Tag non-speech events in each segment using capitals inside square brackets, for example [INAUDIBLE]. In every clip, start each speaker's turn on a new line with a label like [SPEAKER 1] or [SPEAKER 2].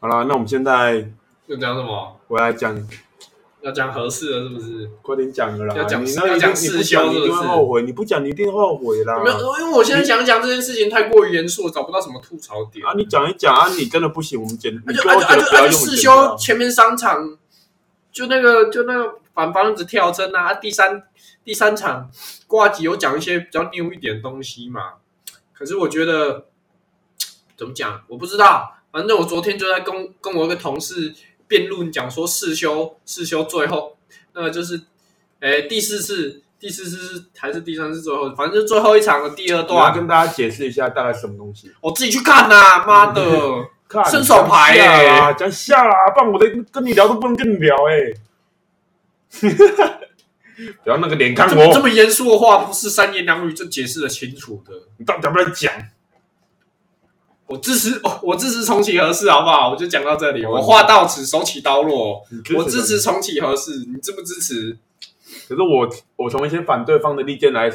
[SPEAKER 1] 好了，那我们现在
[SPEAKER 2] 就讲什么？
[SPEAKER 1] 我来讲，
[SPEAKER 2] 要讲合适的，是不是？
[SPEAKER 1] 快点讲了啦。
[SPEAKER 2] 要讲
[SPEAKER 1] 你那一
[SPEAKER 2] 要
[SPEAKER 1] 定
[SPEAKER 2] 讲
[SPEAKER 1] 你
[SPEAKER 2] 四
[SPEAKER 1] 不
[SPEAKER 2] 修
[SPEAKER 1] 讲你一
[SPEAKER 2] 是不是
[SPEAKER 1] 定会后悔，你不讲你一定后悔啦。
[SPEAKER 2] 没有，因为我现在想讲这件事情太过于严肃，我找不到什么吐槽点。
[SPEAKER 1] 啊，你讲一讲啊，你真的不行，我们简，
[SPEAKER 2] 那
[SPEAKER 1] 你
[SPEAKER 2] 就
[SPEAKER 1] 最后
[SPEAKER 2] 那就
[SPEAKER 1] 觉得
[SPEAKER 2] 那
[SPEAKER 1] 不
[SPEAKER 2] 就那
[SPEAKER 1] 要
[SPEAKER 2] 就
[SPEAKER 1] 用
[SPEAKER 2] 四
[SPEAKER 1] 简
[SPEAKER 2] 修
[SPEAKER 1] 单。
[SPEAKER 2] 前面三场，就那个就那个反方子跳针啊，啊第三第三场挂机有讲一些比较牛一点的东西嘛。可是我觉得怎么讲，我不知道。反正我昨天就在跟跟我一个同事辩论，讲说四修四修最后那个就是，诶第四次第四次是还是第三次最后，反正就是最后一场的第二
[SPEAKER 1] 我要
[SPEAKER 2] 段，啊
[SPEAKER 1] 跟大家解释一下大概什么东西。
[SPEAKER 2] 我自己去看呐、妈的！
[SPEAKER 1] 看
[SPEAKER 2] 伸手牌
[SPEAKER 1] 讲下
[SPEAKER 2] 欸
[SPEAKER 1] 啦，讲下啦，不然我的跟你聊都不能跟你聊哎、
[SPEAKER 2] [LAUGHS]
[SPEAKER 1] 不要那个脸看
[SPEAKER 2] 这么这
[SPEAKER 1] 我，
[SPEAKER 2] 么严肃的话，不是三言两语就解释的清楚的。
[SPEAKER 1] 你到底要不要讲？
[SPEAKER 2] 我支持，哦、我支持重启合适，好不好？我就讲到这里，
[SPEAKER 1] 好
[SPEAKER 2] 我话到此，手起刀落。我
[SPEAKER 1] 什
[SPEAKER 2] 支
[SPEAKER 1] 么
[SPEAKER 2] 持。重启合适，你支不支持？
[SPEAKER 1] 可是我我从一些反对方的意见来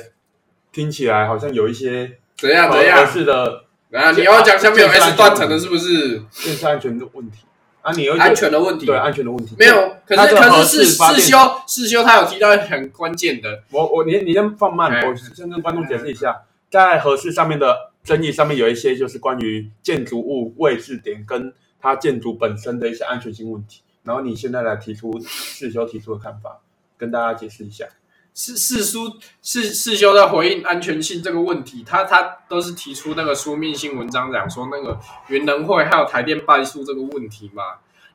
[SPEAKER 1] 听起来，好像有一些
[SPEAKER 2] 怎样
[SPEAKER 1] 合
[SPEAKER 2] 怎
[SPEAKER 1] 合
[SPEAKER 2] 样？
[SPEAKER 1] 适的
[SPEAKER 2] 啊，你要讲下面有
[SPEAKER 1] 这这
[SPEAKER 2] S 断层的，是不是？
[SPEAKER 1] 建设安全的问题啊，你有一些
[SPEAKER 2] 安全的问题
[SPEAKER 1] 对安全的问题
[SPEAKER 2] 没。有？可
[SPEAKER 1] 那
[SPEAKER 2] 是
[SPEAKER 1] 这个
[SPEAKER 2] 可
[SPEAKER 1] 合
[SPEAKER 2] 是
[SPEAKER 1] 适
[SPEAKER 2] 世
[SPEAKER 1] 发电
[SPEAKER 2] 世修世修他有提到很关键的，
[SPEAKER 1] 我我你你先放慢，
[SPEAKER 2] 哎
[SPEAKER 1] 我先跟观众解释一下，在合适上面的争议上面有一些就是关于建筑物位置点跟它建筑本身的一些安全性问题。然后你现在来提出世修提出的看法，跟大家解释一下。
[SPEAKER 2] 世世书世世修在回应安全性这个问题，他他都是提出那个书面性文章讲说那个云能会还有台电败诉这个问题嘛。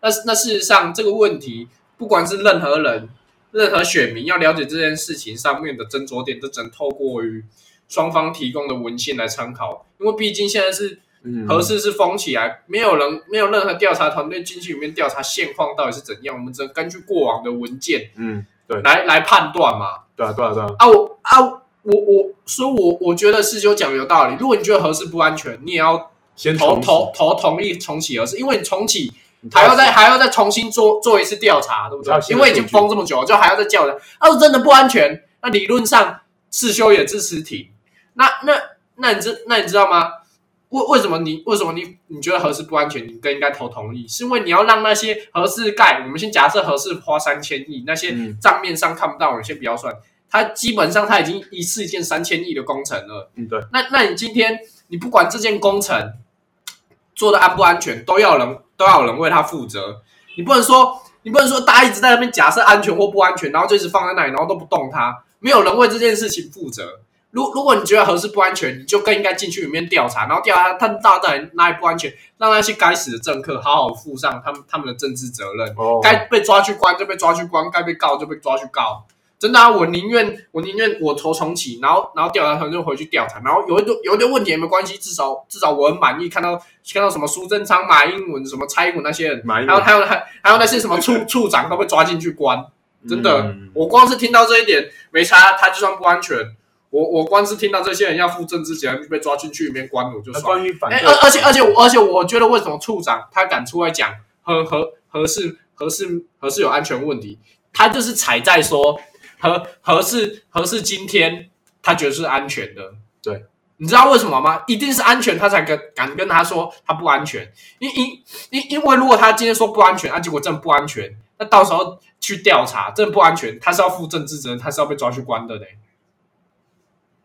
[SPEAKER 2] 那那事实上这个问题，不管是任何人、任何选民要了解这件事情上面的斟酌点，都只能透过于双方提供的文献来参考，因为毕竟现在是
[SPEAKER 1] 嗯
[SPEAKER 2] 合适是封起来，没有人没有任何调查团队进去里面调查现况到底是怎样，我们只能根据过往的文件
[SPEAKER 1] 嗯，
[SPEAKER 2] 来来判断嘛。
[SPEAKER 1] 对啊对啊对啊，
[SPEAKER 2] 啊，我啊，我我，所以我我觉得师兄讲有道理。如果你觉得合适不安全，你也要
[SPEAKER 1] 先
[SPEAKER 2] 投
[SPEAKER 1] 重启
[SPEAKER 2] 投投同意重启合适，因为你重启
[SPEAKER 1] 你
[SPEAKER 2] 还要再还要再重新做做一次调查，对不对
[SPEAKER 1] 还有？新
[SPEAKER 2] 因
[SPEAKER 1] 的
[SPEAKER 2] 为已经封这么久了，就还要再叫人。啊，如果真的不安全，那理论上世修也支持停。那那那你知那你知道吗？为为什么你为什么你你觉得合适不安全，你更应该投同意？是因为你要让那些合适盖，我们先假设合适花三千亿，那些
[SPEAKER 1] 嗯
[SPEAKER 2] 账面上看不到，我们先不要算。它基本上它已经一次一件三千亿的工程了，
[SPEAKER 1] 嗯对，
[SPEAKER 2] 那那你今天你不管这件工程做的安不安全，都要人都要有人为他负责。你不能说你不能说大家一直在那边假设安全或不安全，然后就一直放在那里，然后都不动它，没有人为这件事情负责。如如果你觉得合适不安全，你就更应该进去里面调查，然后调查他到底哪里不安全，让那些该死的政客好好负上他们他们的政治责任。
[SPEAKER 1] 哦，
[SPEAKER 2] 该被抓去关就被抓去关，该被告就被抓去告。真的啊，我宁愿我宁愿我投重启，然后然后调查团就回去调查，然后有一堆有一堆问题也没关系，至少至少我很满意。看到看到什么苏贞昌、马英文、什么蔡英文那些人，
[SPEAKER 1] 马英
[SPEAKER 2] 还有
[SPEAKER 1] 文
[SPEAKER 2] 还有还还有那些什么处处长都被抓进去关。真的，
[SPEAKER 1] 嗯
[SPEAKER 2] 我光是听到这一点没差，他就算不安全，我我光是听到这些人要负政治责任被抓进去里面关，我就
[SPEAKER 1] 那
[SPEAKER 2] 爽。
[SPEAKER 1] 关于反
[SPEAKER 2] 哎、
[SPEAKER 1] 对，
[SPEAKER 2] 而而且而且我而且我觉得为什么处长他敢出来讲合合合适合适合适有安全问题，他就是踩在说合合适合适今天他觉得是安全的。
[SPEAKER 1] 对，
[SPEAKER 2] 你知道为什么吗？一定是安全，他才跟敢跟他说他不安全。因因因因为如果他今天说不安全，啊，结果真的不安全，那到时候去调查真的不安全，他是要负政治责任，他是要被抓去关的嘞。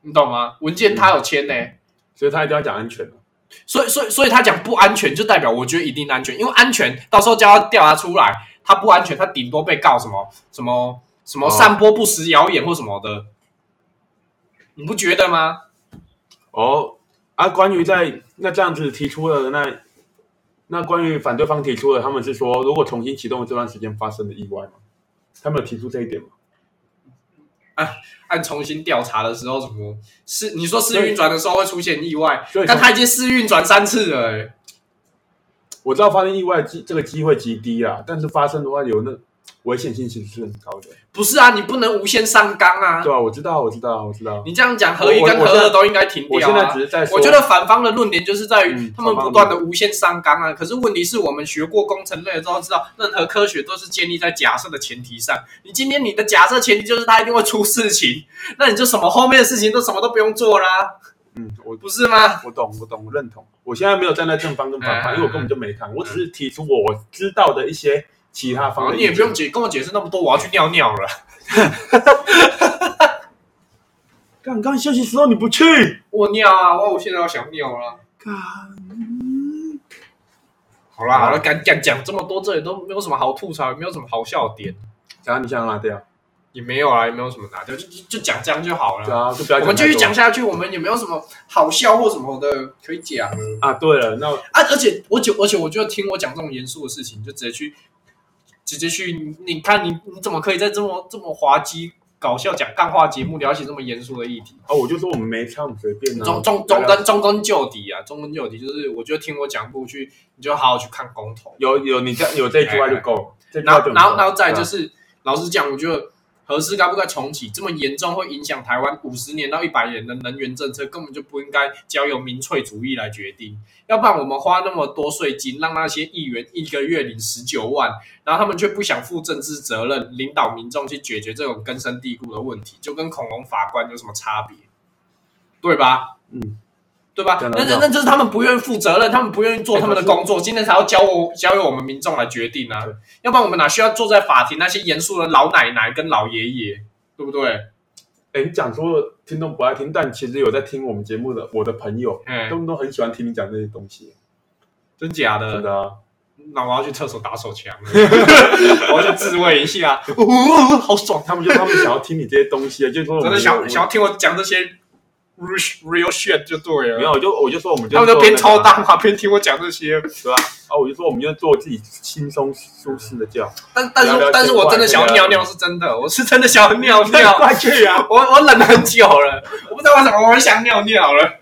[SPEAKER 2] 你懂吗？文件他有签呢、
[SPEAKER 1] 所以他一定要讲安全了。
[SPEAKER 2] 所以，所以，所以他讲不安全，就代表我觉得一定安全，因为安全到时候就要调查出来，他不安全，他顶多被告什么什么什么
[SPEAKER 1] 哦
[SPEAKER 2] 散播不实谣言或什么的，你不觉得吗？
[SPEAKER 1] 哦，啊，关于在那这样子提出了那那关于反对方提出了，他们是说如果重新启动这段时间发生的意外吗？他们有提出这一点吗？
[SPEAKER 2] 按重新调查的时候，什么是你说试运转的时候会出现意外
[SPEAKER 1] 所以，
[SPEAKER 2] 但他已经试运转三次了、欸，
[SPEAKER 1] 我知道发生意外机这个机会极低啦，但是发生的话有那危险性其实是很高的，
[SPEAKER 2] 不是啊，你不能无限上纲啊
[SPEAKER 1] 对，吧、我知道，我知道，我知道。
[SPEAKER 2] 你这样讲合一
[SPEAKER 1] 我我
[SPEAKER 2] 跟合
[SPEAKER 1] 我现
[SPEAKER 2] 二
[SPEAKER 1] 在
[SPEAKER 2] 都应该停
[SPEAKER 1] 我
[SPEAKER 2] 掉
[SPEAKER 1] 现
[SPEAKER 2] 啊。
[SPEAKER 1] 在只是在说，
[SPEAKER 2] 我觉得反方的论点就是在于
[SPEAKER 1] 嗯
[SPEAKER 2] 他们不断的无限上纲啊。可是问题是我们学过工程类的都知道，任何科学都是建立在假设的前提上。你今天你的假设前提就是它一定会出事情，那你就什么后面的事情都什么都不用做啦。
[SPEAKER 1] 嗯，我
[SPEAKER 2] 不是吗？
[SPEAKER 1] 我懂，我懂，我认同。我现在没有站在正方跟反方，
[SPEAKER 2] 嗯
[SPEAKER 1] 因为我根本就没看，我只是提出我知道的一些其他方
[SPEAKER 2] 反
[SPEAKER 1] 面。
[SPEAKER 2] 正哦你也不用解跟我解释那么多，我要去尿尿了。
[SPEAKER 1] 干，刚刚休息时候你不去，
[SPEAKER 2] 我尿啊，哇，我现在要想尿了。
[SPEAKER 1] 干，
[SPEAKER 2] 好啦，好了，敢敢讲这么多，这里都没有什么好吐槽，也没有什么好笑的点，
[SPEAKER 1] 然后你想要拿掉，
[SPEAKER 2] 也没有啊，也没有什么拿掉，就就就讲这样就好
[SPEAKER 1] 对
[SPEAKER 2] 了。
[SPEAKER 1] 啊，就不要讲太
[SPEAKER 2] 我
[SPEAKER 1] 多。
[SPEAKER 2] 们继续讲下去，我们也没有什么好笑或什么的可以讲了
[SPEAKER 1] 啊。对了，那
[SPEAKER 2] 啊！而且我就而且我就听我讲这种严肃的事情，就直接去直接去，你你看你你怎么可以在这么这么滑稽搞笑讲干话节目聊起这么严肃的议题？
[SPEAKER 1] 哦，我就说我们没唱，随便啊。
[SPEAKER 2] 中中
[SPEAKER 1] 对啊
[SPEAKER 2] 中根中根究底啊，中根究底就是，我就听我讲过去，你就好好去看公投，
[SPEAKER 1] 有有你这有这一句话就够了，哎这句
[SPEAKER 2] 然
[SPEAKER 1] 话
[SPEAKER 2] 后
[SPEAKER 1] 就
[SPEAKER 2] 然后然后再
[SPEAKER 1] 是。对
[SPEAKER 2] 就
[SPEAKER 1] 啊
[SPEAKER 2] 是，老实讲，我觉得核适该不该重启，这么严重会影响台湾五十年到一百年的能源政策，根本就不应该交由民粹主义来决定，要不然我们花那么多税金，让那些议员一个月领十九万，然后他们却不想负政治责任，领导民众去解决这种根深蒂固的问题，就跟恐龙法官有什么差别，对吧？
[SPEAKER 1] 嗯，
[SPEAKER 2] 对吧？
[SPEAKER 1] 对啊
[SPEAKER 2] 那那
[SPEAKER 1] 对啊
[SPEAKER 2] 那就是他们不愿意负责任，他们不愿意
[SPEAKER 1] 哎
[SPEAKER 2] 做他们的工作，今天才要交我交由我们民众来决定啊
[SPEAKER 1] 对，
[SPEAKER 2] 要不然我们哪需要坐在法庭那些严肃的老奶奶跟老爷爷，对不对？
[SPEAKER 1] 哎，你讲说听众不爱听，但其实有在听我们节目的我的朋友，
[SPEAKER 2] 哎、
[SPEAKER 1] 他们都很喜欢听你讲这些东西，
[SPEAKER 2] 真假的？
[SPEAKER 1] 真的啊。
[SPEAKER 2] 那我要去厕所打
[SPEAKER 1] [LAUGHS]
[SPEAKER 2] 手枪，我要去自慰一下，哦，好爽！
[SPEAKER 1] 他们就他们想要听你这些东西，就是说我们
[SPEAKER 2] 真的
[SPEAKER 1] 我
[SPEAKER 2] 想
[SPEAKER 1] 们
[SPEAKER 2] 想要听我讲这些 real real shit 就对
[SPEAKER 1] 没
[SPEAKER 2] 了，
[SPEAKER 1] 有，我就我就说我们就
[SPEAKER 2] 他们就
[SPEAKER 1] 做
[SPEAKER 2] 边
[SPEAKER 1] 那个
[SPEAKER 2] 抽
[SPEAKER 1] 啊
[SPEAKER 2] 大麻边听我讲这些，
[SPEAKER 1] 对吧？啊，我就说我们就做自己轻松舒适的觉，
[SPEAKER 2] 但但
[SPEAKER 1] 聊
[SPEAKER 2] 是
[SPEAKER 1] 聊
[SPEAKER 2] 但是
[SPEAKER 1] 这
[SPEAKER 2] 我
[SPEAKER 1] 块
[SPEAKER 2] 真的想要
[SPEAKER 1] 对啊
[SPEAKER 2] 尿尿是真的，我是真的
[SPEAKER 1] [LAUGHS]
[SPEAKER 2] 想要尿尿。
[SPEAKER 1] 快去啊！
[SPEAKER 2] 我我忍了很久了，我不知道为什么我很想尿尿了。